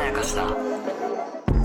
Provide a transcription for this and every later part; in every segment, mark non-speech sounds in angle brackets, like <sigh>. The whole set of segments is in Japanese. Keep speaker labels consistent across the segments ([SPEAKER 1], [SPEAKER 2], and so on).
[SPEAKER 1] やかしだ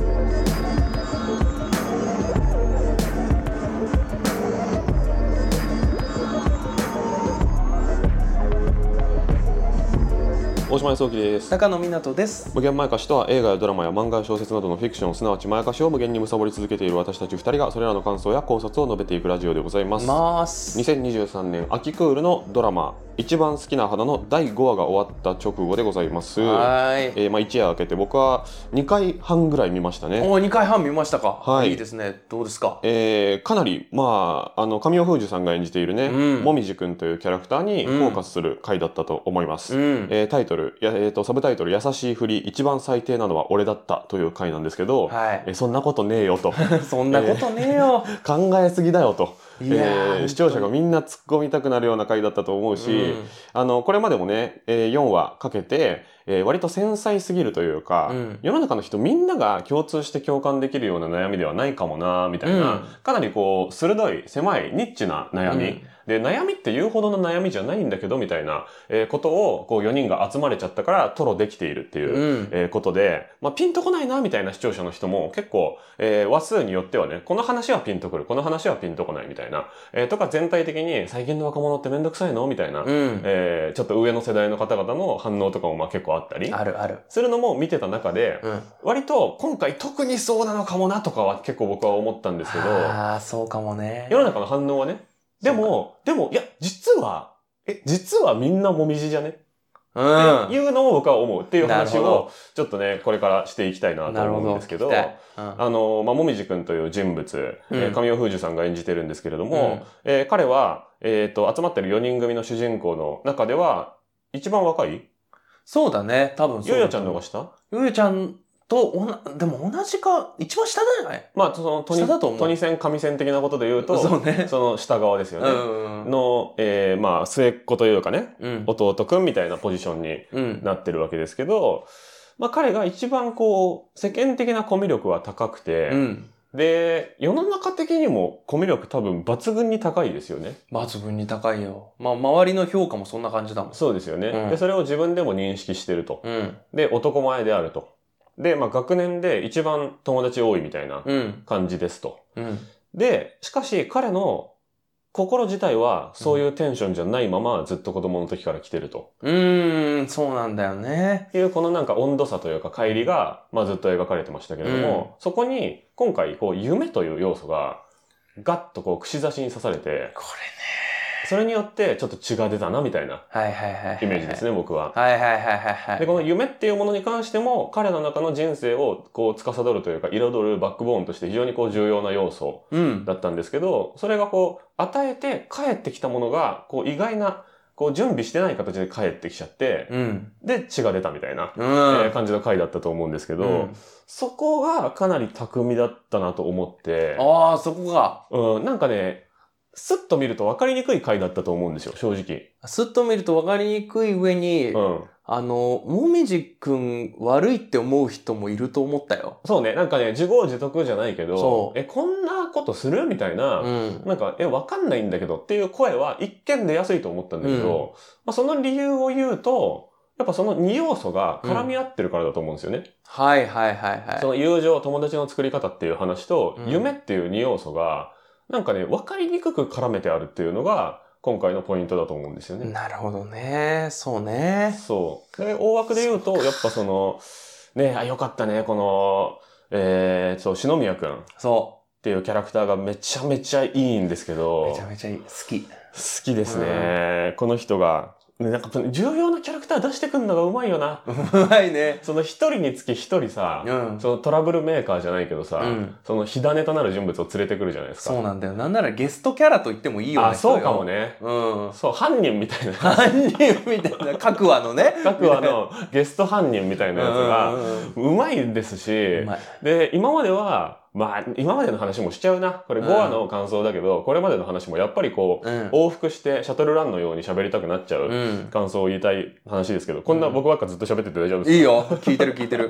[SPEAKER 2] 大島康之です
[SPEAKER 3] 中野湊です
[SPEAKER 2] 無限まやかしとは映画やドラマや漫画や小説などのフィクションすなわちまやかしを無限に貪り続けている私たち2人がそれらの感想や考察を述べていくラジオでございます、
[SPEAKER 3] ます
[SPEAKER 2] 2023年秋クールのドラマ「一番好きな花」の第5話が終わった直後でございます
[SPEAKER 3] はーい
[SPEAKER 2] えーまあ、一夜明けて僕は2回半ぐらい見ましたね
[SPEAKER 3] お二回半見ましたか
[SPEAKER 2] はい
[SPEAKER 3] いいですねどうですか
[SPEAKER 2] えーかなり、まあ、あの神尾楓珠さんが演じているね、
[SPEAKER 3] うん
[SPEAKER 2] もみじくんというキャラクターにフォーカスする回だったと思います、
[SPEAKER 3] うん
[SPEAKER 2] えータイトルや、えーとサブタイトル「優しいふり一番最低なのは俺だった」という回なんですけど、
[SPEAKER 3] は
[SPEAKER 2] え
[SPEAKER 3] い
[SPEAKER 2] ーそんなことねえよ
[SPEAKER 3] <laughs>
[SPEAKER 2] と
[SPEAKER 3] そんなことねえよ
[SPEAKER 2] 考えすぎだよと、え
[SPEAKER 3] いやー
[SPEAKER 2] ー
[SPEAKER 3] 本当に
[SPEAKER 2] 視聴者がみんな突っ込みたくなるような回だったと思うし、
[SPEAKER 3] うん
[SPEAKER 2] あのこれまでもね、えー4話かけて、えー割と繊細すぎるというか、
[SPEAKER 3] うん
[SPEAKER 2] 世の中の人みんなが共通して共感できるような悩みではないかもなみたいな、
[SPEAKER 3] うん
[SPEAKER 2] かなりこう鋭い狭いニッチな悩み、
[SPEAKER 3] うん
[SPEAKER 2] で悩みって言うほどの悩みじゃないんだけどみたいな、えーことをこう4人が集まれちゃったからトロできているっていう。
[SPEAKER 3] うん
[SPEAKER 2] えーことで、まあ、ピンとこないなみたいな視聴者の人も結構、えー話数によってはねこの話はピンとくるこの話はピンとこないみたいな、えーとか全体的に最近の若者ってめんどくさいのみたいな、
[SPEAKER 3] うん
[SPEAKER 2] えーちょっと上の世代の方々の反応とかもまあ結構あったり
[SPEAKER 3] あるある
[SPEAKER 2] するのも見てた中で、
[SPEAKER 3] うん
[SPEAKER 2] 割と今回特にそうなのかもなとかは結構僕は思ったんですけど
[SPEAKER 3] ああそうかもね
[SPEAKER 2] 世の中の反応はねでもでもいや実はえ実はみんなもみじじゃね
[SPEAKER 3] うん
[SPEAKER 2] いうのを僕は思うっていう話
[SPEAKER 3] なるほ
[SPEAKER 2] を
[SPEAKER 3] ど
[SPEAKER 2] ちょっとねこれからしていきたいなと
[SPEAKER 3] なる
[SPEAKER 2] 思
[SPEAKER 3] ほ
[SPEAKER 2] うん
[SPEAKER 3] ど
[SPEAKER 2] ですけど
[SPEAKER 3] 聞きたいうん
[SPEAKER 2] あの、まあ、もみじくんという人物、えー
[SPEAKER 3] うん
[SPEAKER 2] 神尾楓珠さんが演じてるんですけれど
[SPEAKER 3] う
[SPEAKER 2] も、
[SPEAKER 3] ん
[SPEAKER 2] えー彼は、えっ、と、集まってる4人組の主人公の中では、一番若い
[SPEAKER 3] そうだね多分そう
[SPEAKER 2] ヨ
[SPEAKER 3] だ
[SPEAKER 2] ヨちゃんの方が下
[SPEAKER 3] ゆうちゃんとおなでも同じか一番下じゃない
[SPEAKER 2] まあ、その、トニ
[SPEAKER 3] 下だと思う
[SPEAKER 2] トニセン、神セン的なことで言うと、
[SPEAKER 3] そ
[SPEAKER 2] そう
[SPEAKER 3] ね
[SPEAKER 2] の下側ですよ
[SPEAKER 3] う
[SPEAKER 2] ね。
[SPEAKER 3] んうん
[SPEAKER 2] の、えーまあ、末っ子というかね、
[SPEAKER 3] うん
[SPEAKER 2] 弟くんみたいなポジションに
[SPEAKER 3] うん
[SPEAKER 2] なってるわけですけど、まあ、彼が一番こう、世間的なコミュ力は高くて、
[SPEAKER 3] うん
[SPEAKER 2] で、世の中的にもコミュ力多分抜群に高いですよね。
[SPEAKER 3] 抜群に高いよまあ周りの評価もそんな感じだもん
[SPEAKER 2] そうですよね、
[SPEAKER 3] うん
[SPEAKER 2] でそれを自分でも認識してると
[SPEAKER 3] うん
[SPEAKER 2] で男前であるとで、まあ、学年で一番友達多いみたいな
[SPEAKER 3] うん
[SPEAKER 2] 感じですと
[SPEAKER 3] うん
[SPEAKER 2] でしかし彼の心自体はそういうテンションじゃないままずっと子供の時から来てると
[SPEAKER 3] うーん、そうなんだよね。
[SPEAKER 2] いうこのなんか温度差というか乖離が、まあ、ずっと描かれてましたけれども、そこに今回こう夢という要素がガッとこう串刺しに刺されて
[SPEAKER 3] こ
[SPEAKER 2] それによってちょっと血が出たなみたいな
[SPEAKER 3] れね。はいはいはいはい、
[SPEAKER 2] イメージです
[SPEAKER 3] ね。
[SPEAKER 2] ね僕は。
[SPEAKER 3] はいはいはいはいはい。
[SPEAKER 2] でこの夢っていうものに関しても彼の中の人生をこう司るというか彩るバックボーンとして非常にこう重要な要素
[SPEAKER 3] うん。
[SPEAKER 2] だったんですけどそれがこう与えて帰ってきたものがこう意外なこう準備してない形で帰ってきちゃって
[SPEAKER 3] うん。
[SPEAKER 2] で血が出たみたいな、
[SPEAKER 3] う
[SPEAKER 2] え
[SPEAKER 3] ん。
[SPEAKER 2] ー感じの回だったと思うんですけど、
[SPEAKER 3] うん
[SPEAKER 2] そこがかなり巧みだったなと思って、
[SPEAKER 3] ああ、そこが。
[SPEAKER 2] うん、なんかねスッと見ると分かりにくい回だったと思うんですよ正直。
[SPEAKER 3] すっと見ると分かりにくい上に、
[SPEAKER 2] うん
[SPEAKER 3] あの、もみじくん悪いって思う人もいると思ったよ。
[SPEAKER 2] そうね、なんかね、自業自得じゃないけど
[SPEAKER 3] そ、う
[SPEAKER 2] え、こんなことするみたいな、
[SPEAKER 3] うん。
[SPEAKER 2] なんか、え、わかんないんだけどっていう声は一見出やすいと思ったんだけど、まあ、その理由を言うと、やっぱその2要素が絡み合ってるからだと思うんですよね。
[SPEAKER 3] はいはいはいはい。
[SPEAKER 2] その友情、友達の作り方っていう話と、
[SPEAKER 3] うん
[SPEAKER 2] 夢っていう2要素が、なんかね、わかりにくく絡めてあるっていうのが、今回のポイントだと思うんですよね。
[SPEAKER 3] なるほどね。そうね。
[SPEAKER 2] そう。で、大枠で言うと、やっぱその、ね、あ、よかったね、この、えー、そう、篠宮くん。
[SPEAKER 3] そ
[SPEAKER 2] っていうキャラクターがめちゃめちゃいいんですけ
[SPEAKER 3] う。
[SPEAKER 2] ど、
[SPEAKER 3] めちゃ
[SPEAKER 2] 好
[SPEAKER 3] めちゃいい。好き。
[SPEAKER 2] きですね。この人が。ねなんか重要なキャラクター出してくんのがうまいよな。
[SPEAKER 3] うまいね。
[SPEAKER 2] その一人につき一人さ
[SPEAKER 3] う、ん。
[SPEAKER 2] そのトラブルメーカーじゃないけどさ、
[SPEAKER 3] うん
[SPEAKER 2] その火種となる人物を連れてくるじゃないですか。
[SPEAKER 3] そうなんだよ。なんならゲストキャラと言ってもいいよね。
[SPEAKER 2] あ、そうかも。ね。
[SPEAKER 3] うん。 <laughs>
[SPEAKER 2] そう、犯人みたいな。
[SPEAKER 3] 犯人みたいな各話のね
[SPEAKER 2] 各話のゲスト犯人みたいなやつが、
[SPEAKER 3] うんうんうん
[SPEAKER 2] うまいですし、
[SPEAKER 3] うまい
[SPEAKER 2] で、今までは、まあ、今までの話もしちゃうな。これ5話の感想だけど、これまでの話もやっぱりこ
[SPEAKER 3] うん
[SPEAKER 2] う、。往復してシャトルランのように喋りたくなっちゃ
[SPEAKER 3] う。
[SPEAKER 2] うん感想を言いたい話ですけど、こんな僕ばっかずっと喋ってて大丈夫
[SPEAKER 3] い
[SPEAKER 2] で
[SPEAKER 3] い
[SPEAKER 2] すか
[SPEAKER 3] よ。聞いてる聞いてる。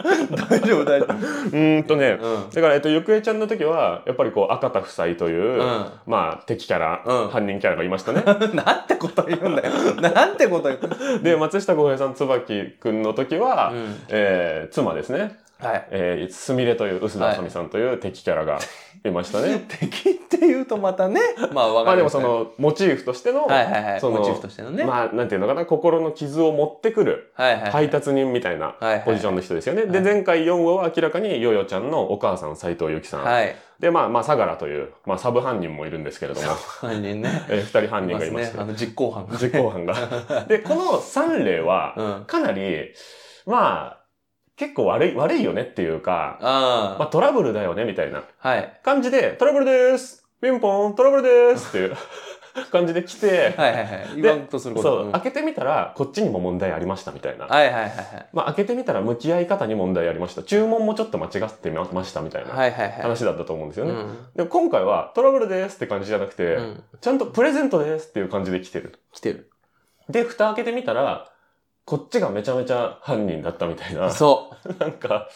[SPEAKER 3] 大丈夫大丈
[SPEAKER 2] うーんとね、
[SPEAKER 3] 夫。うん。
[SPEAKER 2] だから、えっと、ゆくえちゃんの時は、やっぱりこう、赤田夫妻という、
[SPEAKER 3] うん
[SPEAKER 2] まあ、敵キャラ、
[SPEAKER 3] うん
[SPEAKER 2] 犯人キャラがいま
[SPEAKER 3] <laughs>
[SPEAKER 2] したね。
[SPEAKER 3] なんてこと言うんだよ。なんてこと言う。
[SPEAKER 2] で、松下洸平さん、椿くんの時は、
[SPEAKER 3] うん
[SPEAKER 2] えー妻ですね。
[SPEAKER 3] はい。
[SPEAKER 2] えー、すみれという、薄田あさみさんという敵キャラ
[SPEAKER 3] <laughs>
[SPEAKER 2] がいましたね。
[SPEAKER 3] 敵って言うとまたね。まあわ
[SPEAKER 2] ま
[SPEAKER 3] か
[SPEAKER 2] あ
[SPEAKER 3] り
[SPEAKER 2] で
[SPEAKER 3] ま
[SPEAKER 2] も
[SPEAKER 3] す
[SPEAKER 2] そ
[SPEAKER 3] ね
[SPEAKER 2] の、モチーフとしての、
[SPEAKER 3] はいはいはい。
[SPEAKER 2] その
[SPEAKER 3] モチーフとしてのね。
[SPEAKER 2] まあ、なんていうのかな、心の傷を持ってくる
[SPEAKER 3] はいはい。
[SPEAKER 2] 配達人みたいな
[SPEAKER 3] はいはい
[SPEAKER 2] ポジションの人ですよね。
[SPEAKER 3] はい
[SPEAKER 2] で、前回4話は明らかにヨーヨーちゃんのお母さん、斎藤由貴さん。
[SPEAKER 3] はい。
[SPEAKER 2] で、まあ、まあ、相良という、まあ、サブ犯人もいるんですけれども、
[SPEAKER 3] 犯人ね。
[SPEAKER 2] えー、二人犯人がい
[SPEAKER 3] いま
[SPEAKER 2] ますす
[SPEAKER 3] ね。あの実行犯が。
[SPEAKER 2] 実行犯
[SPEAKER 3] <laughs>
[SPEAKER 2] が。で、この3例
[SPEAKER 3] う
[SPEAKER 2] は、
[SPEAKER 3] ん。
[SPEAKER 2] かなり、まあ、結構悪い、悪いよねっていうか、
[SPEAKER 3] あ
[SPEAKER 2] まあ、トラブルだよねみたいな
[SPEAKER 3] あ。はい。
[SPEAKER 2] 感じで、トラブルですピンポントラブルですっていう <laughs> 感じで来て、
[SPEAKER 3] はいはいはい。言わんとすること。
[SPEAKER 2] そう、
[SPEAKER 3] んは
[SPEAKER 2] 開
[SPEAKER 3] い
[SPEAKER 2] けてみたら、こっちにも問題ありましたみたいな。
[SPEAKER 3] はいはいはい。
[SPEAKER 2] まあ、開けてみたら向き合い方に問題ありました。注文もちょっと間違ってみましたみたいな
[SPEAKER 3] はいはいはい。
[SPEAKER 2] 話だったと思うんです
[SPEAKER 3] う
[SPEAKER 2] よね。
[SPEAKER 3] ん。
[SPEAKER 2] でも今回はトラブルですって感じじゃなくて、
[SPEAKER 3] うん。
[SPEAKER 2] ちゃんとプレゼントですっていう感じで来てる。
[SPEAKER 3] 来てる。
[SPEAKER 2] で、蓋開けてみたら、こっちがめちゃめちゃ犯人だったみたいな。
[SPEAKER 3] そ
[SPEAKER 2] なんか、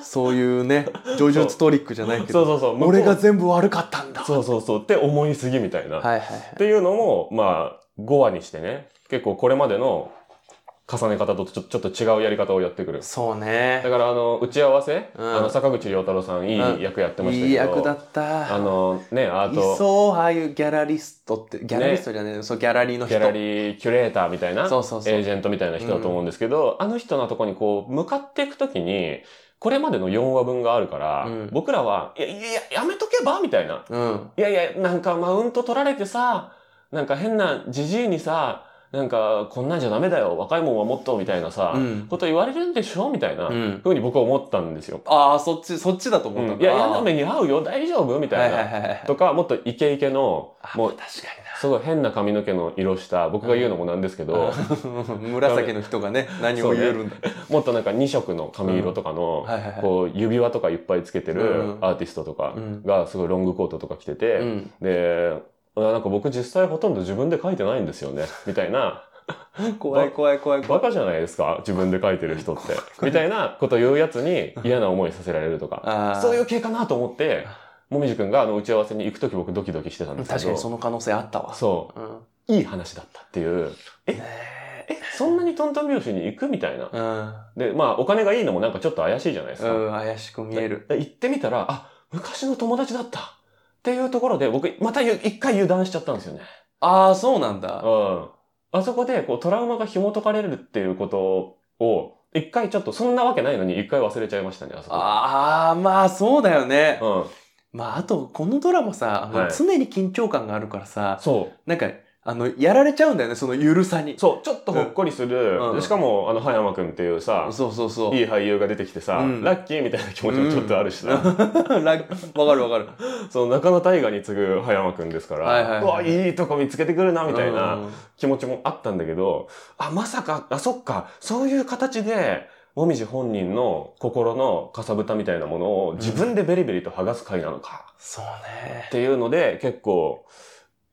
[SPEAKER 3] う。そういうね、叙述トリックじゃないけ
[SPEAKER 2] そう
[SPEAKER 3] ど。
[SPEAKER 2] そうそう。
[SPEAKER 3] 俺が
[SPEAKER 2] 向こ
[SPEAKER 3] 全部悪かったんだ。
[SPEAKER 2] う
[SPEAKER 3] は
[SPEAKER 2] そうそうそうって思いすぎみたいな。
[SPEAKER 3] いはいはい
[SPEAKER 2] っ。ていうのも、まあ、5話にしてね、結構これまでの重ね方とちょちょっと違うやり方をやってくる。
[SPEAKER 3] そう
[SPEAKER 2] だ
[SPEAKER 3] ね。
[SPEAKER 2] から、あの、打ち合わせ、
[SPEAKER 3] うん
[SPEAKER 2] あの、坂口良太郎さん、い
[SPEAKER 3] うん
[SPEAKER 2] い役やってましたけど。
[SPEAKER 3] いい役だった。
[SPEAKER 2] あの、ね、アー
[SPEAKER 3] い
[SPEAKER 2] ト、
[SPEAKER 3] そう、ああいうギャラリストって、ギャラリストじゃねえ、そう、ギャラリーの
[SPEAKER 2] ギ
[SPEAKER 3] 人。
[SPEAKER 2] ャラリー、キュレーターみたいな。
[SPEAKER 3] そうそうそう。
[SPEAKER 2] エージェントみたいな人だと思うんですけど、あの人のとこにこう、向かっていくときに、これまでの4話分があるから、
[SPEAKER 3] うん
[SPEAKER 2] 僕らは、いや、いや、やめとけばみたいな。
[SPEAKER 3] うん。
[SPEAKER 2] いやいや、なんかマウント取られてさ、なんか変なじじいにさ、なんか、こんなんじゃダメだよ、若いもんはもっと、みたいなさ、
[SPEAKER 3] うん
[SPEAKER 2] こと言われるんでしょみたいな、
[SPEAKER 3] うん。
[SPEAKER 2] ふうに僕は思ったんですよ。
[SPEAKER 3] ああ、そっち、そっちだと思
[SPEAKER 2] う
[SPEAKER 3] った
[SPEAKER 2] んいや、嫌な
[SPEAKER 3] み
[SPEAKER 2] 目に遭うよ、大丈夫みたいな。
[SPEAKER 3] はいはいはいはい。
[SPEAKER 2] とか、もっとイケイケの、
[SPEAKER 3] あ
[SPEAKER 2] もう
[SPEAKER 3] 確
[SPEAKER 2] すごい変な髪の毛の色した、僕が言うのもなんですけど、
[SPEAKER 3] かにな。紫の人がね、何を言えるんだ。
[SPEAKER 2] もっとなんか2色の髪色とかの、
[SPEAKER 3] はいはいはい。
[SPEAKER 2] こう指輪とかいっぱいつけてる
[SPEAKER 3] うん
[SPEAKER 2] アーティストとか
[SPEAKER 3] うん
[SPEAKER 2] がすごいロングコートとか着てて、
[SPEAKER 3] うん。
[SPEAKER 2] で、なんか僕実際ほとんど自分で書いてないんですよね、みたいな、
[SPEAKER 3] 怖い怖い怖い怖
[SPEAKER 2] バ
[SPEAKER 3] い。
[SPEAKER 2] カじゃないですか、自分で書いてる人って、みたいなこと言うやつに嫌な思いさせられるとか、
[SPEAKER 3] ああ。
[SPEAKER 2] そういう系かなと思って、もみじくんがあの打ち合わせに行くとき僕ドキドキしてたんですけど、
[SPEAKER 3] 確かにその可能性あったわ。
[SPEAKER 2] そ
[SPEAKER 3] うん。
[SPEAKER 2] う、いい話だったっていう、え
[SPEAKER 3] ね
[SPEAKER 2] え、そんなにトントン拍子に行くみたいな。
[SPEAKER 3] うん。
[SPEAKER 2] で、まあお金がいいのもなんかちょっと怪しいじゃないですか。
[SPEAKER 3] うん、怪しく見える。
[SPEAKER 2] で行ってみたら、あ、昔の友達だった。っていうところで、僕、またゆ一回油断しちゃったんですよね。
[SPEAKER 3] ああ、そうなん
[SPEAKER 2] う
[SPEAKER 3] だ。
[SPEAKER 2] ん。あそこで、こう、トラウマが紐解かれるっていうことを、一回ちょっと、そんなわけないのに一回忘れちゃいましたね、あそこ。
[SPEAKER 3] ああ、まあそうだよね。
[SPEAKER 2] うん。
[SPEAKER 3] まああと、このドラマさ、あの
[SPEAKER 2] はい
[SPEAKER 3] 常に緊張感があるからさ、
[SPEAKER 2] そ
[SPEAKER 3] なんか、あの、やられちゃうんだよね、そのゆるさに
[SPEAKER 2] う。。そう、ちょっとほっこりする。
[SPEAKER 3] うん
[SPEAKER 2] でしかも、あの、葉山くんっていうさ、
[SPEAKER 3] そうそうそう。
[SPEAKER 2] いい俳優が出てきてさ、
[SPEAKER 3] うん
[SPEAKER 2] ラッキーみたいな気持ちもちょっとあるしさ、
[SPEAKER 3] <laughs> ラグわかるわかる。
[SPEAKER 2] その中野大河に次ぐ葉山くんですから、
[SPEAKER 3] はいはいはいう
[SPEAKER 2] わ、いいとこ見つけてくる <laughs> な、みたいな。
[SPEAKER 3] うん。
[SPEAKER 2] 気持ちもあったんだけど、あ、まさか、あ、そっか、そういう形で、もみじ本人の心のかさぶたみたいなものを自分でベリベリと剥がす回なのか、
[SPEAKER 3] そうね
[SPEAKER 2] っ。ていうので、結構、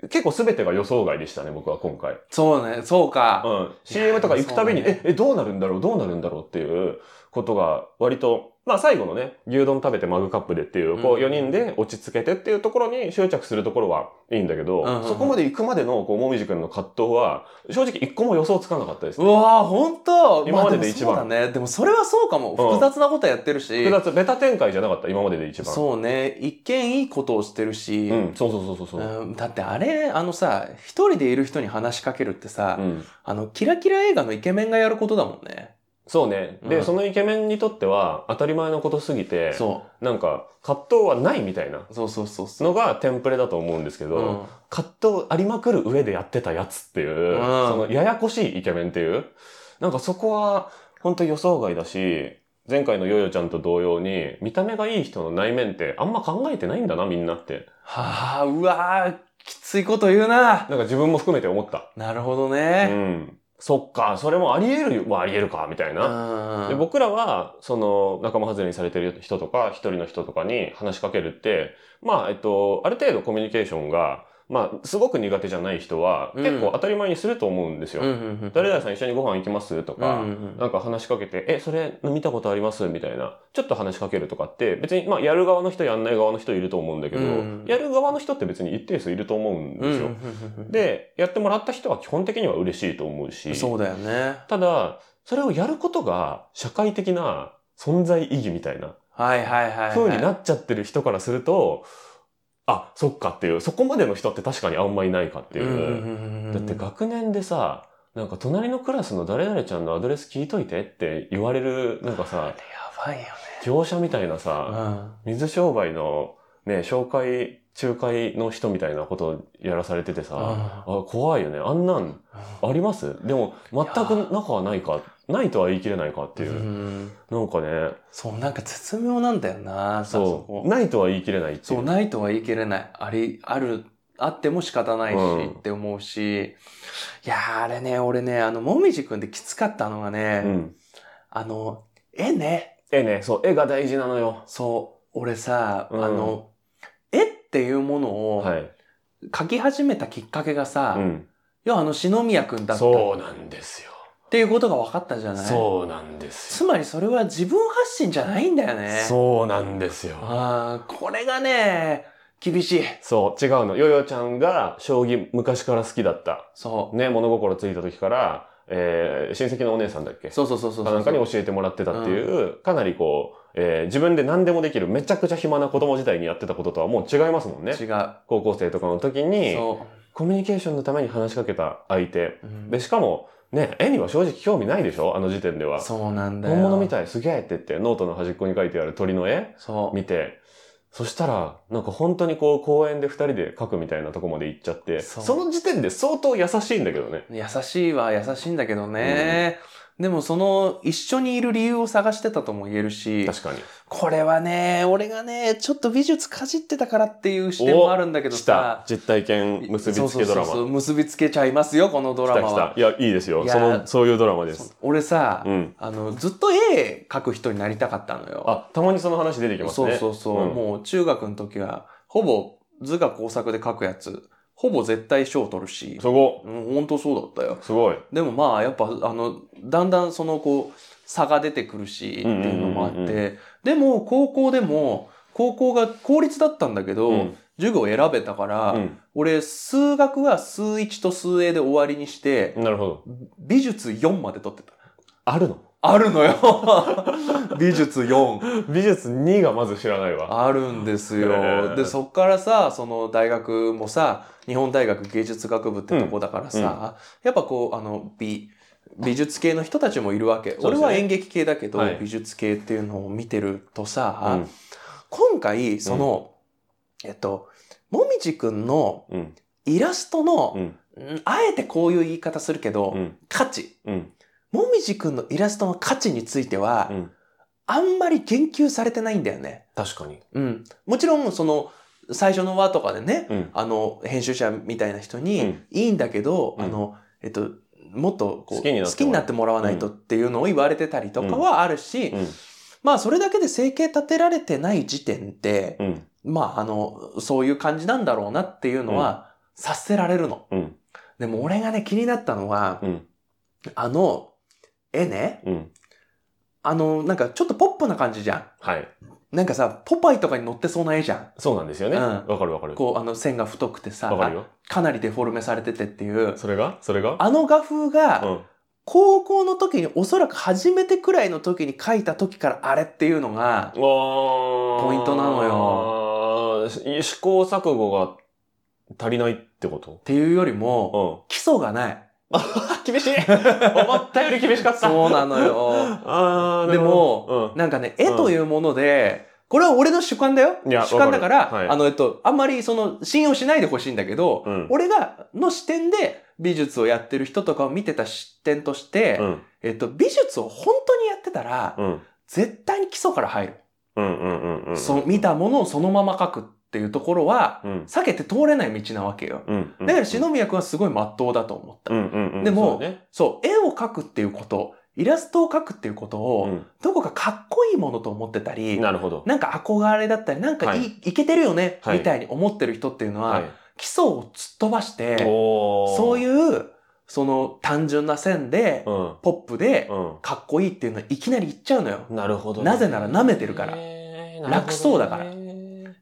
[SPEAKER 2] 結構全てが予想外でしたね、僕は今回。
[SPEAKER 3] そうね、そう
[SPEAKER 2] う
[SPEAKER 3] か。
[SPEAKER 2] ん。CM とか行くたびに、
[SPEAKER 3] そうだね
[SPEAKER 2] え、え、どうなるんだろう、どうなるんだろうっていうことが、割と、まあ最後のね、牛丼食べてマグカップでっていう、こう
[SPEAKER 3] うん
[SPEAKER 2] 4人で落ち着けてっていうところに執着するところはいいんだけど、
[SPEAKER 3] うんうんうん
[SPEAKER 2] そこまで行くまでの、こう、もみじくんの葛藤は、正直一個も予想つかなかったです
[SPEAKER 3] う。わぁ、ほんと
[SPEAKER 2] 今までで一番
[SPEAKER 3] あ、もそうだね。でもそれはそうかも。
[SPEAKER 2] うん
[SPEAKER 3] 複雑なことやってるし
[SPEAKER 2] 複。雑、ベタ展開じゃなかった、今までで一番。
[SPEAKER 3] そうね、一見いいことをしてるし。
[SPEAKER 2] うん、そうそうそうそうそう。
[SPEAKER 3] うんだってあれ、あのさ、一人でいる人に話しかけるってさ、
[SPEAKER 2] うん
[SPEAKER 3] あの、キラキラ映画のイケメンがやることだもんね。
[SPEAKER 2] そうね。
[SPEAKER 3] う
[SPEAKER 2] で、
[SPEAKER 3] ん
[SPEAKER 2] そのイケメンにとっては当たり前のことすぎて、
[SPEAKER 3] そ
[SPEAKER 2] なんか葛藤はないみたいな
[SPEAKER 3] う。そうそうそうそう。
[SPEAKER 2] のがテンプレだと思うんですけど、
[SPEAKER 3] うん
[SPEAKER 2] 葛藤ありまくる上でやってたやつっていう、
[SPEAKER 3] ん
[SPEAKER 2] そのややこしいイケメンっていう、なんかそこは本当予想外だし、前回のヨヨちゃんと同様に、見た目がいい人の内面ってあんま考えてないんだな、みんなって。
[SPEAKER 3] はあ、うわぁ、きついこと言うな
[SPEAKER 2] なんか自分も含めて思った。
[SPEAKER 3] なるほど
[SPEAKER 2] う
[SPEAKER 3] ね。
[SPEAKER 2] ん。そっか、それもあり得るはあり得るか、みたいな。
[SPEAKER 3] あ
[SPEAKER 2] で
[SPEAKER 3] ー
[SPEAKER 2] 僕らは、その、仲間外れにされてる人とか、一人の人とかに話しかけるって、まあ、えっと、ある程度コミュニケーションが、まあ、すごく苦手じゃない人は、
[SPEAKER 3] うん
[SPEAKER 2] 結構当たり前にすると思うんですよ。
[SPEAKER 3] うんうんうん
[SPEAKER 2] 誰々さん一緒にご飯行きますとか、
[SPEAKER 3] うんうん
[SPEAKER 2] なんか話しかけて、え、それ見たことありますみたいな。ちょっと話しかけるとかって、別に、まあ、やる側の人、やんない側の人いると思うんだけど、
[SPEAKER 3] うん
[SPEAKER 2] やる側の人って別に一定数いると思うん
[SPEAKER 3] うん
[SPEAKER 2] ですよ。
[SPEAKER 3] うんうんうん
[SPEAKER 2] で、やってもらった人は基本的には嬉しいと思うし、
[SPEAKER 3] そうだよね。
[SPEAKER 2] ただ、それをやることが社会的な存在意義みたいな
[SPEAKER 3] はいはいはい、はい。
[SPEAKER 2] 風になっちゃってる人からすると、あ、そっかっていう、そこまでの人って確かにあんまいないかっていう。だって学年でさ、なんか隣のクラスの誰々ちゃんのアドレス聞いといてって言われる、なんか
[SPEAKER 3] あれや
[SPEAKER 2] さ、
[SPEAKER 3] ばいよね。
[SPEAKER 2] 業者みたいな
[SPEAKER 3] う
[SPEAKER 2] さ、
[SPEAKER 3] ん
[SPEAKER 2] 水商売のね、紹介、仲介の人みたいなことやらされててさ、あ怖いよね。あんなんありますでも、全く仲はないか、ないとは言い切れないかっていうう。
[SPEAKER 3] ん
[SPEAKER 2] なんかね、
[SPEAKER 3] そう、なんか絶妙なんだよな、そ
[SPEAKER 2] そう、
[SPEAKER 3] こ
[SPEAKER 2] ないとは言い切れないってい
[SPEAKER 3] そう、
[SPEAKER 2] う。
[SPEAKER 3] ないとは言い切れない。あり、ある、あっても仕方ないし、
[SPEAKER 2] うん
[SPEAKER 3] って思うし。いやー、あれね、俺ね、あの、もみじくんできつかったのがね、
[SPEAKER 2] うん。
[SPEAKER 3] あの、絵ね、
[SPEAKER 2] 絵ね、そう、絵が大事なのよ。
[SPEAKER 3] そう、俺さ、
[SPEAKER 2] うん
[SPEAKER 3] あの、絵っていうものを
[SPEAKER 2] はい。
[SPEAKER 3] 描き始めたきっかけがさ、
[SPEAKER 2] うん。
[SPEAKER 3] 要はあの、篠宮くんだったっ
[SPEAKER 2] そうなんですよ。
[SPEAKER 3] ていうことが分かったじゃない
[SPEAKER 2] そうなんです
[SPEAKER 3] つまりそれは自分発信じゃないんだよ
[SPEAKER 2] よ。
[SPEAKER 3] ね。
[SPEAKER 2] そうなんですよ。
[SPEAKER 3] ああ、これがね、厳しい。
[SPEAKER 2] そう、違うの。ヨヨちゃんが将棋昔から好きだった。
[SPEAKER 3] そ
[SPEAKER 2] ね、物心ついた時から、えー親戚のお姉さんだっけ
[SPEAKER 3] う。そうそうそうそうそう。
[SPEAKER 2] かなんかに教えてもらってたっていう、かなりこう、えー自分で何でもできる、めちゃくちゃ暇な子供時代にやってたこととはもう違いますもんね。
[SPEAKER 3] 違う。
[SPEAKER 2] 高校生とかの時に、
[SPEAKER 3] そ
[SPEAKER 2] コミュニケーションのために話しかけた相手。
[SPEAKER 3] ううん。
[SPEAKER 2] で、しかも、ね、絵には正直興味ないでしょあの時点では。
[SPEAKER 3] そうなんだよ。
[SPEAKER 2] 本物みたい、すげえって言って、ノートの端っこに書いてある鳥の絵
[SPEAKER 3] そう。
[SPEAKER 2] 見て、そしたら、なんか本当にこう公園で二人で描くみたいなとこまで行っちゃって、
[SPEAKER 3] そ
[SPEAKER 2] そうの時点で相当優しいんだけどね。
[SPEAKER 3] 優しいは優しいんだけどね。でもその一緒にいる理由を探してたとも言えるし、
[SPEAKER 2] 確かに。
[SPEAKER 3] これはね、俺がね、ちょっと美術かじってたからっていう視点もあるんだけど
[SPEAKER 2] 来た
[SPEAKER 3] さ、。
[SPEAKER 2] 実体験結びつけドラ
[SPEAKER 3] そうそうそうそ
[SPEAKER 2] マ。
[SPEAKER 3] う結びつけちゃいますよ、このド
[SPEAKER 2] 来
[SPEAKER 3] ラ
[SPEAKER 2] た
[SPEAKER 3] マ
[SPEAKER 2] 来
[SPEAKER 3] は。
[SPEAKER 2] た。いや、いいですよ。
[SPEAKER 3] いや
[SPEAKER 2] その、そういうドラマです。
[SPEAKER 3] 俺さ、
[SPEAKER 2] うん。
[SPEAKER 3] あの、ずっと絵描く人になりたかったのよ。
[SPEAKER 2] あ、たまにその話出てきます
[SPEAKER 3] そう
[SPEAKER 2] ね。
[SPEAKER 3] そうそう、
[SPEAKER 2] ん
[SPEAKER 3] もう中学の時は、ほぼ図画工作で描くやつ、ほぼ絶対賞取るし、
[SPEAKER 2] そこ、
[SPEAKER 3] うん、本当そうだったよ。
[SPEAKER 2] すごい。
[SPEAKER 3] でもまあ、やっぱ、あの、だんだんその、こう、差が出てくるし、って
[SPEAKER 2] うんうんうんうん
[SPEAKER 3] いうのもあって、でも、高校でも、高校が公立だったんだけど、
[SPEAKER 2] うん
[SPEAKER 3] 授業を選べたから、
[SPEAKER 2] う
[SPEAKER 3] 俺、数学は数1と数 A で終わりにして、
[SPEAKER 2] ん。なるほど。
[SPEAKER 3] 美術4まで取ってた。
[SPEAKER 2] あるの
[SPEAKER 3] あるのよ <laughs> 美術4。
[SPEAKER 2] 美術2がまず知らないわ。
[SPEAKER 3] あるんですよ。
[SPEAKER 2] へー
[SPEAKER 3] で、そっからさ、その大学もさ、日本大学芸術学部ってとこだからさ、
[SPEAKER 2] うんう
[SPEAKER 3] やっぱこう、あの、美、美術系の人たちもいるわけ。
[SPEAKER 2] そうで
[SPEAKER 3] 俺
[SPEAKER 2] すね
[SPEAKER 3] は演劇系だけど、
[SPEAKER 2] はい
[SPEAKER 3] 美術系っていうのを見てると
[SPEAKER 2] う
[SPEAKER 3] さ、
[SPEAKER 2] ん
[SPEAKER 3] 今回、その、えっと、もみじくんの
[SPEAKER 2] うん。
[SPEAKER 3] イラストの
[SPEAKER 2] う、ん。
[SPEAKER 3] うんあえてこういう言い方するけど、
[SPEAKER 2] うん。
[SPEAKER 3] 価値。
[SPEAKER 2] うん。
[SPEAKER 3] もみじくんのイラストの価値については、
[SPEAKER 2] うん。
[SPEAKER 3] あんまり言及されてないんだよね。
[SPEAKER 2] 確かに。
[SPEAKER 3] うん。もちろん、その、最初の輪とかでね、
[SPEAKER 2] うん。
[SPEAKER 3] あの、編集者みたいな人
[SPEAKER 2] う
[SPEAKER 3] に
[SPEAKER 2] ん、
[SPEAKER 3] いいんだけど、
[SPEAKER 2] うん
[SPEAKER 3] あの、えっと、もっとこ
[SPEAKER 2] 好
[SPEAKER 3] う
[SPEAKER 2] きになってもらう
[SPEAKER 3] 好きになってもらわないとっていうのを言われてたりとかはあるし、
[SPEAKER 2] うん。
[SPEAKER 3] まあそれだけで生計立てられてない時点で、
[SPEAKER 2] うん。
[SPEAKER 3] まああの、そういう感じなんだろうなっていうのは察せられるの。
[SPEAKER 2] うん
[SPEAKER 3] でも俺がね気になったのは、
[SPEAKER 2] うん。
[SPEAKER 3] あの、絵ね、
[SPEAKER 2] うん。
[SPEAKER 3] あの、なんかちょっとポップな感じじゃ
[SPEAKER 2] はい。
[SPEAKER 3] ん。なんかさ、ポパイとかに載ってそうな絵じゃん。
[SPEAKER 2] そうなんですよね。
[SPEAKER 3] うん
[SPEAKER 2] わ、かるわかる。
[SPEAKER 3] こう、あの、線が太くてさ、
[SPEAKER 2] わかるよ。
[SPEAKER 3] かなりデフォルメされててっていう、
[SPEAKER 2] それがそれが
[SPEAKER 3] あの画風
[SPEAKER 2] う
[SPEAKER 3] が、
[SPEAKER 2] ん。
[SPEAKER 3] 高校の時に、おそらく初めてくらいの時に描いた時からあれっていうのが、ポ
[SPEAKER 2] ポ
[SPEAKER 3] イントなの
[SPEAKER 2] よ。試行錯誤が足りないってこ
[SPEAKER 3] っていうより
[SPEAKER 2] と
[SPEAKER 3] も、基礎がない。
[SPEAKER 2] うん。 <laughs> 厳しい思ったより厳しかった。
[SPEAKER 3] そうなのよ。
[SPEAKER 2] あーな
[SPEAKER 3] でも、
[SPEAKER 2] るほど
[SPEAKER 3] なんかね、絵というもので、これは俺の主観だよ。
[SPEAKER 2] いや
[SPEAKER 3] 主観だか
[SPEAKER 2] わ
[SPEAKER 3] ら、
[SPEAKER 2] かるはい
[SPEAKER 3] あの、えっと、あんまりその、信用しないでほしいんだけど、
[SPEAKER 2] うん
[SPEAKER 3] 俺が、の視点で、美術をやってる人とかを見てた視点として、
[SPEAKER 2] うん。
[SPEAKER 3] えっと、美術を本当にやってたら、
[SPEAKER 2] うん。
[SPEAKER 3] 絶対に基礎から入る。
[SPEAKER 2] うん。うん。うん。うん。
[SPEAKER 3] そ見たものをそのまま書くっっていうところは、
[SPEAKER 2] うん。
[SPEAKER 3] 避けて通れない道なわけよ。
[SPEAKER 2] うん。うん
[SPEAKER 3] だから篠宮くんはすごい真っ当だと思った。
[SPEAKER 2] うんうんうん。
[SPEAKER 3] でも
[SPEAKER 2] そうね
[SPEAKER 3] そう、絵を描くっていうこと、イラストを描くっていうことを、
[SPEAKER 2] う
[SPEAKER 3] どこかかっこいいものと思ってたり、
[SPEAKER 2] ん。なるほど。
[SPEAKER 3] なんか憧れだったり、なんかいい、、
[SPEAKER 2] はい
[SPEAKER 3] けてるよね、
[SPEAKER 2] はい
[SPEAKER 3] みたいに思ってる人っていうのは、
[SPEAKER 2] はい。
[SPEAKER 3] 基礎を突っ飛ばして、
[SPEAKER 2] お
[SPEAKER 3] そう
[SPEAKER 2] う。
[SPEAKER 3] いう、その単純な線で、
[SPEAKER 2] うん。
[SPEAKER 3] ポップで、
[SPEAKER 2] う
[SPEAKER 3] かっこいいっていうのはいきなり言っちゃうのよ。
[SPEAKER 2] ん。なるほどね。
[SPEAKER 3] なぜなら舐めてるから
[SPEAKER 2] へー。
[SPEAKER 3] 楽そうだか
[SPEAKER 2] な
[SPEAKER 3] ら
[SPEAKER 2] るほどね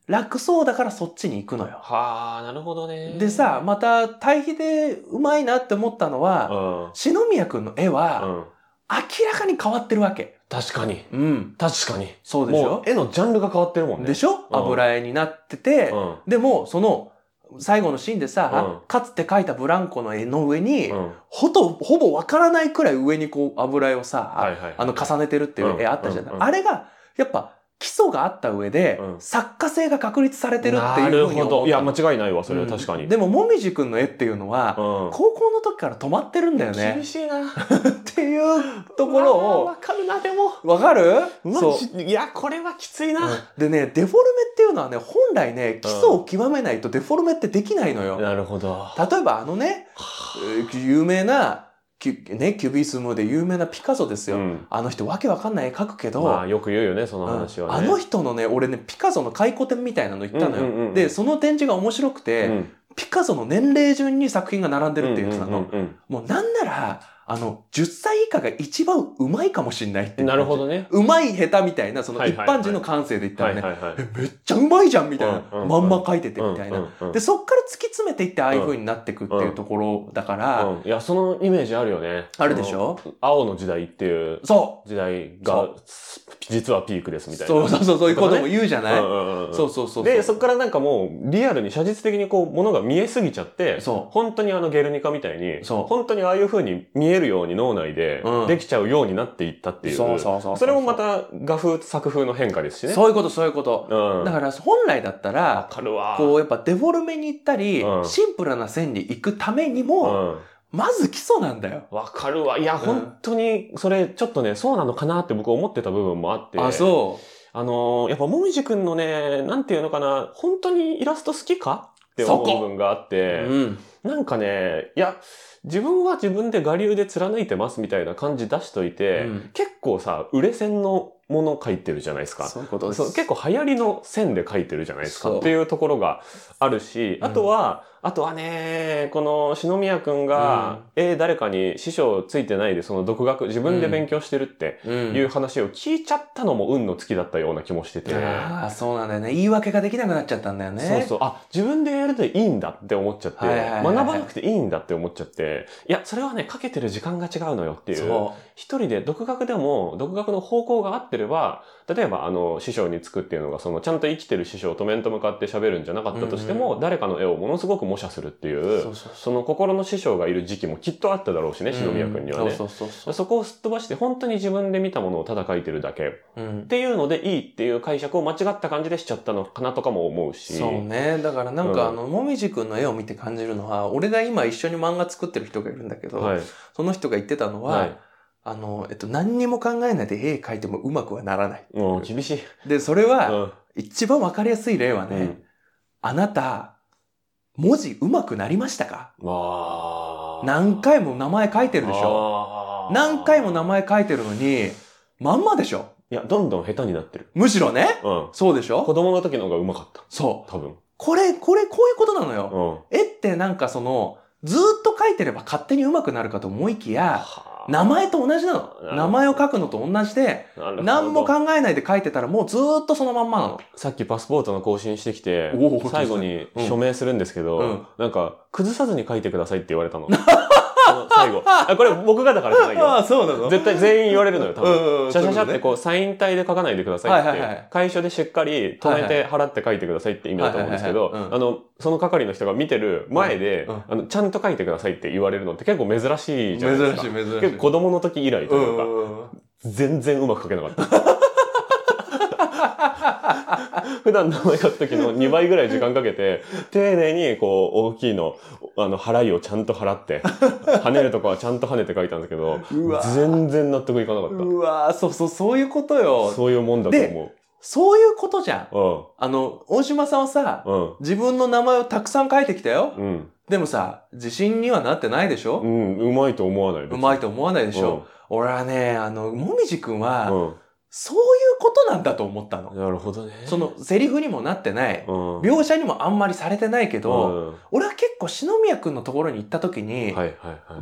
[SPEAKER 3] 楽そうだからそっちに行くのよ。
[SPEAKER 2] はあ、なるほどね。
[SPEAKER 3] でさ、また対比でうまいなって思ったの
[SPEAKER 2] う
[SPEAKER 3] は、
[SPEAKER 2] ん。う
[SPEAKER 3] 篠宮くんの絵は、
[SPEAKER 2] ん。
[SPEAKER 3] 明らかに変わってるわけ。
[SPEAKER 2] 確かに。
[SPEAKER 3] うん。
[SPEAKER 2] 確かに。
[SPEAKER 3] そうでし
[SPEAKER 2] も
[SPEAKER 3] ょ
[SPEAKER 2] う絵のジャンルが変わってるもんね。
[SPEAKER 3] でしょ
[SPEAKER 2] うん
[SPEAKER 3] 油絵になってて、
[SPEAKER 2] ょ
[SPEAKER 3] でも、その、最後のシーンでさ、
[SPEAKER 2] うん
[SPEAKER 3] かつて描いたブランコの絵の上に、
[SPEAKER 2] うん。うん。
[SPEAKER 3] ほと、ほぼわからないくらい上にこう油絵をさ、
[SPEAKER 2] はいはい。
[SPEAKER 3] あの重ねてるっていう絵あったじゃない、
[SPEAKER 2] うんうんうん
[SPEAKER 3] あれが、やっぱ基礎があった上で、
[SPEAKER 2] うん
[SPEAKER 3] 作家性が確立されてるってい
[SPEAKER 2] な
[SPEAKER 3] う
[SPEAKER 2] る
[SPEAKER 3] ふうに
[SPEAKER 2] ほ
[SPEAKER 3] 思
[SPEAKER 2] ど。
[SPEAKER 3] った
[SPEAKER 2] いや、間違いないわ、それは確かに。
[SPEAKER 3] うんでも、もみじくんの絵っていうのは、
[SPEAKER 2] うん
[SPEAKER 3] 高校の時から止まってるんだよね。
[SPEAKER 2] しいな。
[SPEAKER 3] っていうところ
[SPEAKER 2] うわ
[SPEAKER 3] を
[SPEAKER 2] ー、かるな、でも。
[SPEAKER 3] わかるそう
[SPEAKER 2] う。いや、これはきつい。
[SPEAKER 3] でね、デフォルメっていうのはね、本来ね、基礎を極めないとデフォルメってできないのよ。
[SPEAKER 2] なるほど。
[SPEAKER 3] 例えばあのね、えー有名な、キュね、キュビスムで有名なピカソです
[SPEAKER 2] う
[SPEAKER 3] よ。
[SPEAKER 2] ん。
[SPEAKER 3] あの人わけわかんない絵描くけど、
[SPEAKER 2] まあ、よく言うよね、その
[SPEAKER 3] うん
[SPEAKER 2] 話はね。
[SPEAKER 3] あの人のね、俺ね、ピカソの回顧展みたいなの行ったのよ。
[SPEAKER 2] うんうんうんうん
[SPEAKER 3] で、その展示が面白くて、
[SPEAKER 2] うん
[SPEAKER 3] ピカソの年齢順に作品が並んでるっていうやつなの。
[SPEAKER 2] うんうん
[SPEAKER 3] もうなんなら、あの、10歳以下が一番うまいかもしんないって
[SPEAKER 2] うん
[SPEAKER 3] いう。
[SPEAKER 2] なるほ。どね。
[SPEAKER 3] うまい下手みたいな、その
[SPEAKER 2] はい
[SPEAKER 3] 一
[SPEAKER 2] はいはい
[SPEAKER 3] 般人の感性で言った
[SPEAKER 2] は
[SPEAKER 3] ら
[SPEAKER 2] い
[SPEAKER 3] ね、
[SPEAKER 2] はいはい。
[SPEAKER 3] えめっちゃうまいじゃんみたいな、
[SPEAKER 2] うんうんうん
[SPEAKER 3] まんま書いてて
[SPEAKER 2] うん
[SPEAKER 3] みたいな、
[SPEAKER 2] うんうん
[SPEAKER 3] で、そっから突き詰めていってああいう風になってくっていうところだから、
[SPEAKER 2] うんいや、そのイメージあるよね。
[SPEAKER 3] あるでしょ
[SPEAKER 2] その青の時代っていう
[SPEAKER 3] そ
[SPEAKER 2] 時代
[SPEAKER 3] そ
[SPEAKER 2] が、実はピークですみ
[SPEAKER 3] う
[SPEAKER 2] たいな。
[SPEAKER 3] そうそうそう、そういうことも言うじゃ
[SPEAKER 2] う
[SPEAKER 3] ない、
[SPEAKER 2] んうんうん
[SPEAKER 3] そうそうそうそう。
[SPEAKER 2] で、そこからなんかもう、リアルに写実的にこう、ものが見えすぎちゃって、
[SPEAKER 3] そう
[SPEAKER 2] 本当にあの、ゲルニカみたいに、
[SPEAKER 3] そう
[SPEAKER 2] 本当にああいう風に見えるように脳内で
[SPEAKER 3] うん、
[SPEAKER 2] できちゃうようになっていったっていう。
[SPEAKER 3] そうそうそう。
[SPEAKER 2] それもまた、画風、作風の変化ですしね。
[SPEAKER 3] そういうこと、そういうこと。
[SPEAKER 2] うん。
[SPEAKER 3] だから本来だった
[SPEAKER 2] わ
[SPEAKER 3] ら、
[SPEAKER 2] かるわ。
[SPEAKER 3] こうやっぱデフォルメに行ったり、
[SPEAKER 2] うん
[SPEAKER 3] シンプルな線に行くために
[SPEAKER 2] う
[SPEAKER 3] も、
[SPEAKER 2] ん。
[SPEAKER 3] まず基礎なんだよ。
[SPEAKER 2] わかるわ。いや、
[SPEAKER 3] ん
[SPEAKER 2] 本当に、それ、ちょっとね、そうなのかなって僕思ってた部分もあって。
[SPEAKER 3] あ、そ
[SPEAKER 2] あのーやっぱ、もみじくんのね、なんていうのかな、本当にイラスト好きかって思う
[SPEAKER 3] そこ
[SPEAKER 2] 部分があっ
[SPEAKER 3] う。
[SPEAKER 2] て、
[SPEAKER 3] うん。
[SPEAKER 2] なんかね、いや、自分は自分で我流で貫いてますみたいな感じ出しといて、
[SPEAKER 3] うん
[SPEAKER 2] 結構さ、売れ線のもの書いてるじゃないですか。
[SPEAKER 3] そういうことです。
[SPEAKER 2] そう結構流行りの線で書いてるじゃないです
[SPEAKER 3] そ
[SPEAKER 2] か
[SPEAKER 3] う
[SPEAKER 2] っていうところがあるし、
[SPEAKER 3] うん
[SPEAKER 2] あとは、あとはね、この篠宮くんが、えー誰かに師匠ついてないでその独学、自分で勉強してるって
[SPEAKER 3] うん
[SPEAKER 2] いう話を聞いちゃったのも運の月だったような気もしてて。
[SPEAKER 3] ああ、そうなんだよね。言い訳ができなくなっちゃったんだよね。
[SPEAKER 2] そうそう。あ、自分でやるといいんだって思っちゃって、
[SPEAKER 3] はいはいはいはい
[SPEAKER 2] 学ばなくていいんだって思っちゃって、いや、それはね、かけてる時間が違うのよっていう。
[SPEAKER 3] そ
[SPEAKER 2] 一人で独学でも、独学の方向が合ってれば、例えば、あの、師匠につくっていうのが、その、ちゃんと生きてる師匠と面と向かって喋るんじゃなかったとしても、
[SPEAKER 3] うんうん
[SPEAKER 2] 誰かの絵をものすごく模写するっていうう、
[SPEAKER 3] そう
[SPEAKER 2] そ
[SPEAKER 3] そうそ
[SPEAKER 2] の心の師匠がいる時期もきっとあっただろうし
[SPEAKER 3] う。
[SPEAKER 2] ね、篠宮君にはね。
[SPEAKER 3] うんそうそうそうそ
[SPEAKER 2] そこをすっ飛ばして、本当に自分で見たものをただ描いてるだけっ
[SPEAKER 3] う。うん。
[SPEAKER 2] ていうのでいいっていう解釈を間違った感じでしちゃったのかなとかも思うし。
[SPEAKER 3] そうね。だからなんか、
[SPEAKER 2] うん
[SPEAKER 3] あの、もみじくんの絵を見て感じるのは、俺が今一緒に漫画作ってる人がいるんだけど、
[SPEAKER 2] はい。
[SPEAKER 3] その人が言ってたのは、
[SPEAKER 2] はい。
[SPEAKER 3] あの、えっと、何にも考えないで絵描いてもうまくはならない。
[SPEAKER 2] もう厳しい。
[SPEAKER 3] で、それ
[SPEAKER 2] う
[SPEAKER 3] は、
[SPEAKER 2] ん
[SPEAKER 3] 一番わかりやすい例はね、
[SPEAKER 2] うん
[SPEAKER 3] あなた、文字うまくなりましたか
[SPEAKER 2] まあ。
[SPEAKER 3] 何回も名前書いてるでしょ
[SPEAKER 2] ょ
[SPEAKER 3] 何回も名前書いてるのに、まんまでしょ
[SPEAKER 2] いや、どんどん下手になってる。
[SPEAKER 3] むしろね、
[SPEAKER 2] うん。
[SPEAKER 3] そうでし
[SPEAKER 2] 子
[SPEAKER 3] ょ
[SPEAKER 2] 供の時の方がうまかった。
[SPEAKER 3] そう。
[SPEAKER 2] 多分。
[SPEAKER 3] これ、これ、こういうことなのよ。
[SPEAKER 2] うん。
[SPEAKER 3] 絵ってなんかその、ずーっと書いてれば勝手に上手くなるかと思いきや、名前と同じな
[SPEAKER 2] なるほ
[SPEAKER 3] の。
[SPEAKER 2] ど
[SPEAKER 3] 名前を書くのと同じで、何
[SPEAKER 2] 何
[SPEAKER 3] も考えないで書いてたらもうずーっとそのまんまなの。
[SPEAKER 2] さっきパスポートの更新してきて
[SPEAKER 3] おお、
[SPEAKER 2] 最後に署名するんですけど、
[SPEAKER 3] うん
[SPEAKER 2] なんか、崩さずに書いてくださいって言われたの。 <laughs> あの最後。あ、これ僕がだからじゃないよ。
[SPEAKER 3] <laughs> あ、そうなの
[SPEAKER 2] 絶対全員言われるのよ、多分。シャシャシャって
[SPEAKER 3] う。
[SPEAKER 2] こう、サイン体で書かないでくださいって、
[SPEAKER 3] はいはいはい
[SPEAKER 2] 会所でしっかり止めて払って書いてくださいって意味だと思うんですけど、
[SPEAKER 3] はいはいはい
[SPEAKER 2] あの、その係の人が見てる前で、
[SPEAKER 3] うんうん
[SPEAKER 2] あの、ちゃんと書いてくださいって言われるのって結構珍しいじゃないですか。
[SPEAKER 3] 珍しい珍しい
[SPEAKER 2] 結構子供の時以来と
[SPEAKER 3] う
[SPEAKER 2] いうんか、
[SPEAKER 3] うんうん。
[SPEAKER 2] 全然うまく書けなかった。
[SPEAKER 3] <laughs>
[SPEAKER 2] 普段名前書く時の2倍ぐらい時間かけて、丁寧にこう大きいの、あの、払いをちゃんと払って、跳ねるとこはちゃんと跳ねて書いたんですけど
[SPEAKER 3] うわ、
[SPEAKER 2] 全然納得いかなかっ
[SPEAKER 3] うわーそうそう、そういうこと
[SPEAKER 2] た。
[SPEAKER 3] よ。
[SPEAKER 2] そういうもんだと思う。
[SPEAKER 3] そういうことじゃん。
[SPEAKER 2] うん。
[SPEAKER 3] あの、大島さんはさ、
[SPEAKER 2] うん。
[SPEAKER 3] 自分の名前をたくさん書いてきたよ。
[SPEAKER 2] うん。
[SPEAKER 3] でもさ、自信にはなってないでし
[SPEAKER 2] う
[SPEAKER 3] ょ、
[SPEAKER 2] ん。うまいと思わない。
[SPEAKER 3] うまい
[SPEAKER 2] と
[SPEAKER 3] と思わないで
[SPEAKER 2] で
[SPEAKER 3] しょ、。俺はね、あの、もみじくん
[SPEAKER 2] う
[SPEAKER 3] は、
[SPEAKER 2] ん。うん
[SPEAKER 3] そういうことなんだと思ったの。
[SPEAKER 2] なるほどね。
[SPEAKER 3] その、セリフにもなってない。
[SPEAKER 2] うん、
[SPEAKER 3] 描写にもあんまりされてないけ
[SPEAKER 2] う
[SPEAKER 3] ど、
[SPEAKER 2] ん
[SPEAKER 3] 俺は結構篠宮くんのところに行った時に、
[SPEAKER 2] はいはいはい。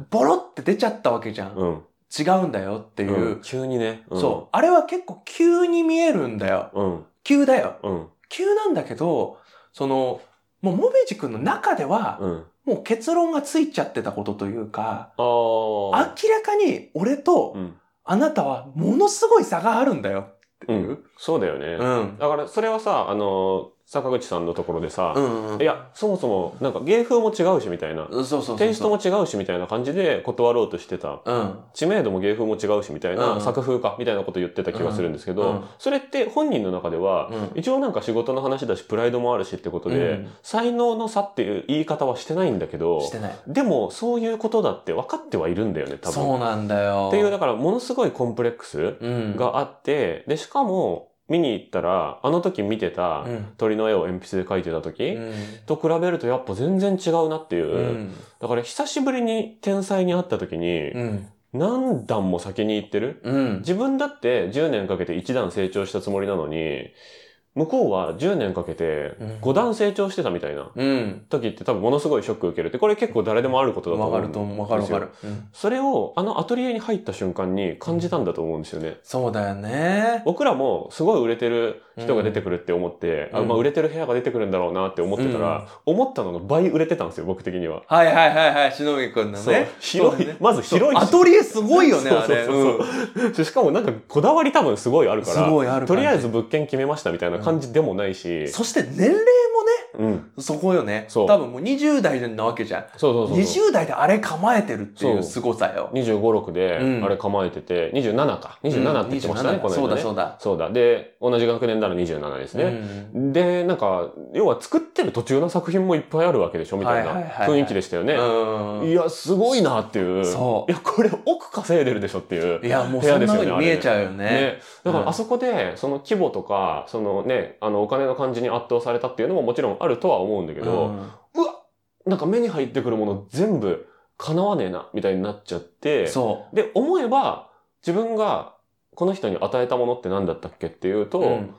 [SPEAKER 3] ボロって出ちゃったわけじゃん。
[SPEAKER 2] うん。
[SPEAKER 3] 違うんだよっていう。
[SPEAKER 2] ん急にね。
[SPEAKER 3] そう。あれは結構急に見えるんだよ。
[SPEAKER 2] うん。うん。
[SPEAKER 3] 急だよ。
[SPEAKER 2] うん。
[SPEAKER 3] 急なんだけど、その、もうもみじくんの中では、
[SPEAKER 2] うん。
[SPEAKER 3] もう結論がついちゃってたことというか、
[SPEAKER 2] あ
[SPEAKER 3] 明
[SPEAKER 2] あ。
[SPEAKER 3] らかに俺と
[SPEAKER 2] うん。
[SPEAKER 3] あなたはものすごい差があるんだよって
[SPEAKER 2] う。。
[SPEAKER 3] いうん
[SPEAKER 2] そうだよね。
[SPEAKER 3] うん。
[SPEAKER 2] だから、それはさ、あの、坂口さんのところでさ、
[SPEAKER 3] うん。うん
[SPEAKER 2] いや、そもそも、なんか芸風も違うしみたいな、
[SPEAKER 3] そうそうそうそう。
[SPEAKER 2] テイストも違うしみたいな感じで断ろうとしてた。
[SPEAKER 3] うん。
[SPEAKER 2] 知名度も芸風も違うしみたいな、
[SPEAKER 3] うん
[SPEAKER 2] 作風かみたいなこと言ってた気がするんですけ
[SPEAKER 3] うん
[SPEAKER 2] ど、それって本人の中では、
[SPEAKER 3] うん。
[SPEAKER 2] 一応なんか仕事の話だし、プライドもあるしってこと
[SPEAKER 3] う
[SPEAKER 2] で
[SPEAKER 3] ん、
[SPEAKER 2] 才能の差っていう言い方はしてないんだけど、
[SPEAKER 3] してない。
[SPEAKER 2] でもそういうことだって分かってはいるんだよね、多分。
[SPEAKER 3] そうなんだよ。
[SPEAKER 2] っていう、だからものすごいコンプレックス
[SPEAKER 3] うん。、
[SPEAKER 2] があって、で、しかも見に行ったら、あの時見てた
[SPEAKER 3] うん。
[SPEAKER 2] 鳥の絵を鉛筆で描いてた時、
[SPEAKER 3] うん
[SPEAKER 2] と比べるとやっぱ全然違うなっていう。
[SPEAKER 3] うん。
[SPEAKER 2] だから久しぶりに天才に会った時に、
[SPEAKER 3] うん。
[SPEAKER 2] 何段も先に行ってる
[SPEAKER 3] うん。
[SPEAKER 2] 自分だって10年かけて1段成長したつもりなのに、向こうは10年かけて
[SPEAKER 3] うん
[SPEAKER 2] 5段成長してたみたいな
[SPEAKER 3] うん。
[SPEAKER 2] 時って多分ものすごいショック受けるって、これ結構誰でもあることだと
[SPEAKER 3] わ
[SPEAKER 2] 思う。
[SPEAKER 3] かると思う。わかるわかる。うん
[SPEAKER 2] それをあのアトリエに入った瞬間に感じたんだと思うんですよね。
[SPEAKER 3] そうだよね。
[SPEAKER 2] 僕らもすごい売れてる人が出てくるって思って、
[SPEAKER 3] うん
[SPEAKER 2] あまあ、売れてる部屋が出てくるんだろうなって思ってたら、思ったのが倍売れてたんですよ、僕的には。
[SPEAKER 3] はいはいはいはい。しのぎくんの
[SPEAKER 2] そう
[SPEAKER 3] ね。
[SPEAKER 2] 広い、
[SPEAKER 3] そうだね
[SPEAKER 2] まず広い
[SPEAKER 3] ア
[SPEAKER 2] し
[SPEAKER 3] トリエすごいよね、あれ。
[SPEAKER 2] そうそうそうそうしかもなんかこだわり多分すごいある
[SPEAKER 3] ん
[SPEAKER 2] か
[SPEAKER 3] す
[SPEAKER 2] ら
[SPEAKER 3] ごいある
[SPEAKER 2] とりあえ
[SPEAKER 3] ず。
[SPEAKER 2] ず物件決めましたみたいな感じでもないし、
[SPEAKER 3] そして年齢もね、
[SPEAKER 2] うん、
[SPEAKER 3] そこよね。
[SPEAKER 2] そう
[SPEAKER 3] 多分もう20代なわけじゃん。
[SPEAKER 2] そうそうそうそう
[SPEAKER 3] 20代であれ構えてるっていう
[SPEAKER 2] そう
[SPEAKER 3] 凄さよ。
[SPEAKER 2] 25、6
[SPEAKER 3] う
[SPEAKER 2] で
[SPEAKER 3] ん
[SPEAKER 2] あれ構えてて、27か27って言ってましたね、
[SPEAKER 3] うん
[SPEAKER 2] この間ね
[SPEAKER 3] そうだそうだ。
[SPEAKER 2] そうだで同じ学年なら27ですね、
[SPEAKER 3] うん
[SPEAKER 2] で、なんか、要は作ってる途中の作品もいっぱいあるわけでしょみたい
[SPEAKER 3] はい
[SPEAKER 2] な
[SPEAKER 3] はいはいはい
[SPEAKER 2] 雰囲気でしたよね。
[SPEAKER 3] うん
[SPEAKER 2] いや、すごいなっていう。
[SPEAKER 3] そ
[SPEAKER 2] いや、これ億稼いでるでしょっていう
[SPEAKER 3] う。。いや、もう
[SPEAKER 2] 部
[SPEAKER 3] そ
[SPEAKER 2] 屋
[SPEAKER 3] んな
[SPEAKER 2] ですよね
[SPEAKER 3] 風に見えちゃうよね。
[SPEAKER 2] ね。だか
[SPEAKER 3] うん
[SPEAKER 2] らあそこで、その規模とか、そのね、あの、お金の感じに圧倒されたっていうのももちろんあるとは思うんだけ
[SPEAKER 3] う
[SPEAKER 2] ど、
[SPEAKER 3] ん
[SPEAKER 2] なんか目に入ってくるもの全部叶わねえな、みたいになっちゃって、
[SPEAKER 3] そ
[SPEAKER 2] で、思えば、自分がこの人に与えたものって何だったっけっていう
[SPEAKER 3] う。
[SPEAKER 2] と、
[SPEAKER 3] うん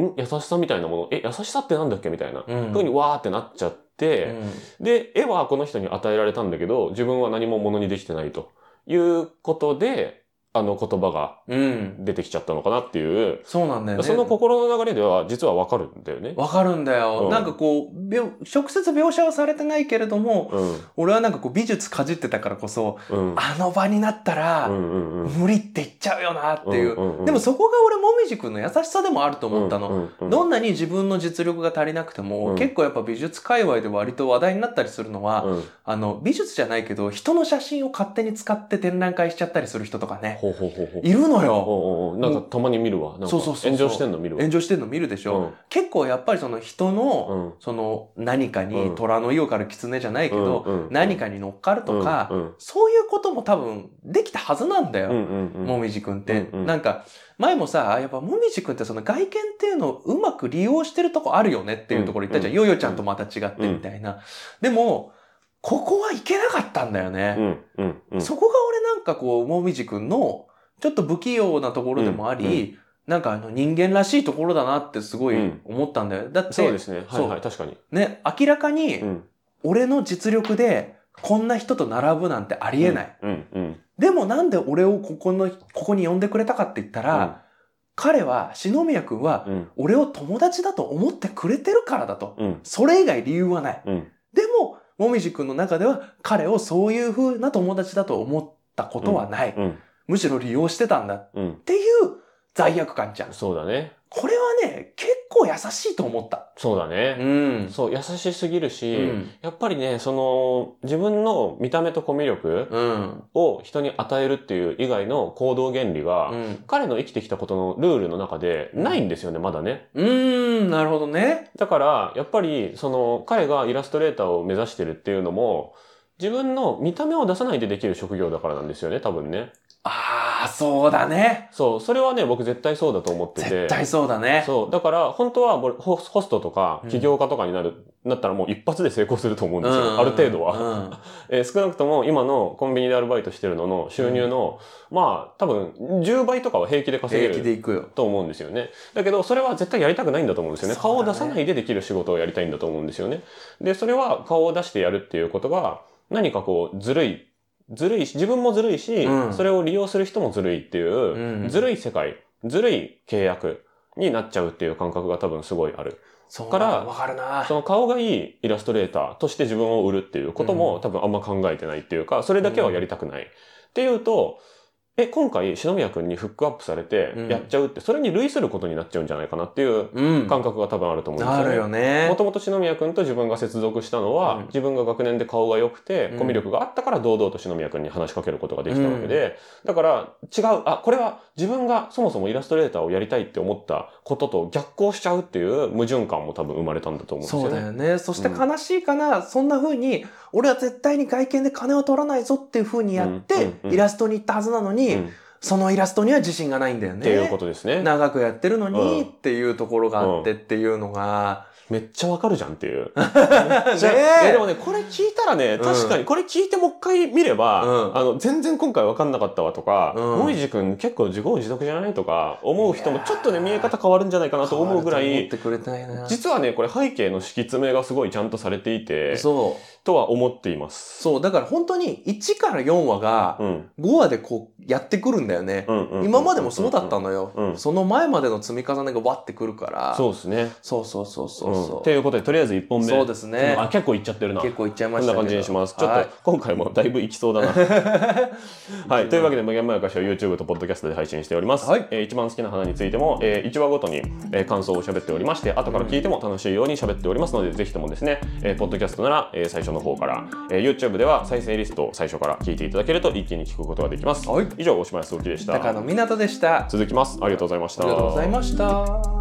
[SPEAKER 2] ん優しさみたいなもの、え、優しさってなんだっけみたいな。
[SPEAKER 3] うん
[SPEAKER 2] ふうにわーってなっちゃって、で、絵はこの人に与えられたんだけど、自分は何も物にできてないということで、あの言葉が
[SPEAKER 3] うんうん。
[SPEAKER 2] 出てきちゃったのかなっていう、
[SPEAKER 3] そうなんだよね。
[SPEAKER 2] その心の流れでは実はわかるんだよね。
[SPEAKER 3] わかるんだよ。
[SPEAKER 2] うん
[SPEAKER 3] なんかこう、びょ直接描写はされてないけれども、
[SPEAKER 2] うん。
[SPEAKER 3] 俺はなんかこう美術かじってたからこそ、
[SPEAKER 2] うん。
[SPEAKER 3] あの場になった
[SPEAKER 2] う
[SPEAKER 3] ら、
[SPEAKER 2] んうんうん。
[SPEAKER 3] 無理って言っちゃうよなっていう。
[SPEAKER 2] んんん
[SPEAKER 3] でもそこが俺、もみじくんの優しさでもあると思ったの。
[SPEAKER 2] うんうんうん
[SPEAKER 3] どんなに自分の実力が足りなくて
[SPEAKER 2] う
[SPEAKER 3] も、
[SPEAKER 2] ん
[SPEAKER 3] 結構やっぱ美術界隈で割と話題になったりするのは、
[SPEAKER 2] うん
[SPEAKER 3] あの、美術じゃないけど、人の写真を勝手に使って展覧会しちゃったりする人とかね、
[SPEAKER 2] ほうほうほうほう。
[SPEAKER 3] いるのよ。
[SPEAKER 2] おうおうおうなんかたまに見るわ。なんか
[SPEAKER 3] そうそうそうそう
[SPEAKER 2] 炎上してんの見るわ。
[SPEAKER 3] 炎上してるの見るでしょ。結構やっぱりその人
[SPEAKER 2] う
[SPEAKER 3] の、
[SPEAKER 2] ん。うん。
[SPEAKER 3] その何か
[SPEAKER 2] う
[SPEAKER 3] に、
[SPEAKER 2] ん
[SPEAKER 3] 虎の色から狐じゃないけど、
[SPEAKER 2] うんうん
[SPEAKER 3] 何かに乗っかるとか、
[SPEAKER 2] うんうん
[SPEAKER 3] そういうことも多分できたはずなんだ
[SPEAKER 2] う
[SPEAKER 3] よ。
[SPEAKER 2] んうんうん。
[SPEAKER 3] もみじくんって、
[SPEAKER 2] うんうん
[SPEAKER 3] なんか、前もさ、やっぱもみじくんってその外見っていうのをうまく利用してるとこあるよねっていうところ言ったじゃん。
[SPEAKER 2] うん
[SPEAKER 3] ヨヨちゃんとまた違ってみたいな。でも、ここはいけなかったんだよ
[SPEAKER 2] う
[SPEAKER 3] ね。
[SPEAKER 2] んうんうん。
[SPEAKER 3] そこが俺なんかこう、もみじくんの、ちょっと不器用なところでもあり、
[SPEAKER 2] うんう
[SPEAKER 3] なんかあの人間らしいところだなってすごい思ったんだよ。だって、
[SPEAKER 2] そうですね。はい
[SPEAKER 3] そ
[SPEAKER 2] は
[SPEAKER 3] う
[SPEAKER 2] い。確かに。
[SPEAKER 3] ね、明らかに
[SPEAKER 2] うん。
[SPEAKER 3] 俺の実力でこんな人と並ぶなんてありえない。
[SPEAKER 2] うんうん。
[SPEAKER 3] でもなんで俺をここの、ここに呼んでくれたかって言ったら、彼は、篠宮くんは、
[SPEAKER 2] うんうん
[SPEAKER 3] 俺を友達だと思ってくれてるからだと。
[SPEAKER 2] うん
[SPEAKER 3] それ以外理由はない。
[SPEAKER 2] うん
[SPEAKER 3] でも、もみじくんの中では、彼をそういう風な友達だと思ったことはない。
[SPEAKER 2] うん
[SPEAKER 3] むしろ利用してたんだっ
[SPEAKER 2] うん。
[SPEAKER 3] ていう罪悪感じゃん。
[SPEAKER 2] そうだね。
[SPEAKER 3] これはね、結構優しいと思った。
[SPEAKER 2] そうだね。
[SPEAKER 3] ん。
[SPEAKER 2] そう、優しすぎるし、
[SPEAKER 3] うん。
[SPEAKER 2] やっぱりね、その、自分の見た目とコミュ力
[SPEAKER 3] うん。
[SPEAKER 2] を人に与えるっていう以外の行動原理が、
[SPEAKER 3] うん。
[SPEAKER 2] 彼の生きてきたことのルールの中でないんですよね、まだね。
[SPEAKER 3] うーん、なるほどね。
[SPEAKER 2] だから、やっぱり、その、彼がイラストレーターを目指してるっていうのも、自分の見た目を出さないでできる職業だからなんですよね、多分ね。
[SPEAKER 3] あや、そうだね。
[SPEAKER 2] そう、それはね、僕絶対そうだと思ってて。
[SPEAKER 3] 絶対そうだね。
[SPEAKER 2] そう。だから、本当はもうホホストとか
[SPEAKER 3] うん
[SPEAKER 2] 起業家とかになる、なったらもう一発で成功すると思うんですよ。ある程度は、
[SPEAKER 3] は。
[SPEAKER 2] えー少なくとも今のコンビニでアルバイトしてるのの収入の、まあ多分10倍とかは平気で
[SPEAKER 3] うん
[SPEAKER 2] 稼げ
[SPEAKER 3] 平気で
[SPEAKER 2] る。
[SPEAKER 3] いくよ。
[SPEAKER 2] と思うんですよね。だけど、それは絶対やりたくないんだと思うんですよね。
[SPEAKER 3] そうだね
[SPEAKER 2] 顔を出さないでできる仕事をやりたいんだと思うんですよね。で、それは顔を出してやるっていうことが、何かこう、ずるい、ずるいし、自分もずるいし、
[SPEAKER 3] うん
[SPEAKER 2] それを利用する人もずるいっていう、
[SPEAKER 3] うん
[SPEAKER 2] ずるい世界、ずるい契約になっちゃうっていう感覚が多分すごいある。
[SPEAKER 3] そう
[SPEAKER 2] から
[SPEAKER 3] だわかるな
[SPEAKER 2] そ。の顔がいいイラストレーターとして自分を売るっていうこと
[SPEAKER 3] う
[SPEAKER 2] も
[SPEAKER 3] ん
[SPEAKER 2] 多分あんま考えてないっていうか、それだけはやりたくない。っていうと、え、今回、篠宮くんにフックアップされて
[SPEAKER 3] うん、
[SPEAKER 2] やっちゃうって、それに類することになっちゃうんじゃないかなっていう
[SPEAKER 3] うん。
[SPEAKER 2] 感覚が多分あると思うんです
[SPEAKER 3] あ
[SPEAKER 2] よね。
[SPEAKER 3] るよね
[SPEAKER 2] も。ともと篠宮くんと自分が接続したのは、
[SPEAKER 3] うん
[SPEAKER 2] 自分が学年で顔が良くて
[SPEAKER 3] うん、
[SPEAKER 2] コミュ力があったから堂々と篠宮くんに話しかけることができたわけで、だから違う、あ、これは自分がそもそもイラストレーターをやりたいって思ったことと逆行しちゃうっていう矛盾感も多分生まれたんだと思うんですよ
[SPEAKER 3] そ
[SPEAKER 2] ね。
[SPEAKER 3] うだよね。そして悲しいかな、そんな風に、俺は絶対に外見で金を取らないぞっていう風にやって、
[SPEAKER 2] うんうんうん
[SPEAKER 3] イラストに行ったはずなの
[SPEAKER 2] うん
[SPEAKER 3] に、
[SPEAKER 2] っ
[SPEAKER 3] そのイラストには自信がないんだよね。
[SPEAKER 2] ていうことですね。
[SPEAKER 3] 長くやってるのに、
[SPEAKER 2] うん
[SPEAKER 3] っていうところがあってっていうのが、
[SPEAKER 2] めっちゃわかるじゃんっていう。
[SPEAKER 3] ね
[SPEAKER 2] いやでも
[SPEAKER 3] ね、
[SPEAKER 2] ね、これ聞いたらね、
[SPEAKER 3] うん
[SPEAKER 2] 確かに、これ聞いてもう一回見れば、
[SPEAKER 3] うん
[SPEAKER 2] あの、全然今回わかんなかったわとか、
[SPEAKER 3] うん
[SPEAKER 2] もいじくん結構自業自得じゃないとか、思う人もちょっとね、
[SPEAKER 3] いやー
[SPEAKER 2] 見え方変わるんじゃないかなと思うぐら
[SPEAKER 3] 変わる
[SPEAKER 2] い、
[SPEAKER 3] と思ってくれたいな。
[SPEAKER 2] 実はね、これ背景の敷き詰めがすごいちゃんとされていて、
[SPEAKER 3] そう。
[SPEAKER 2] とは思っています。
[SPEAKER 3] そう。だから本当に1から4話が
[SPEAKER 2] うん。
[SPEAKER 3] 5話でこうやってくるんだよね。
[SPEAKER 2] うんうん。
[SPEAKER 3] 今までもそうだった
[SPEAKER 2] ん
[SPEAKER 3] のよ。
[SPEAKER 2] うん
[SPEAKER 3] その前までの積み重ねがわってくるから。
[SPEAKER 2] そうですね。。
[SPEAKER 3] そうそうそうそううんそ
[SPEAKER 2] っていうことで、とりあえず1
[SPEAKER 3] う。
[SPEAKER 2] 本目。
[SPEAKER 3] そうですね。
[SPEAKER 2] あ、結構いっちゃってるな。
[SPEAKER 3] 結構いっちゃいま
[SPEAKER 2] こん
[SPEAKER 3] した
[SPEAKER 2] な
[SPEAKER 3] けど。
[SPEAKER 2] 感じにします。ちょ
[SPEAKER 3] は
[SPEAKER 2] っ
[SPEAKER 3] い
[SPEAKER 2] と、今回もだいぶいきそうだ <laughs> な。はい。というわけで、無限まやかしは YouTube と Podcast で配信しております。
[SPEAKER 3] はい
[SPEAKER 2] えー一番好きな花についても、え1話ごとに、えー感想を喋っておりまして、後から聞いても楽しいように喋っておりますので、ぜひともですね、えー、Podcast なら、えー最初の方から、えー YouTube では再生リストを最初から聞いていただけると一気に聞くことができます。
[SPEAKER 3] はい
[SPEAKER 2] 以上、おしまいすおきでした。
[SPEAKER 3] 高野湊でした。あ
[SPEAKER 2] 続きます。ありがとうございました。
[SPEAKER 3] りがとうございました。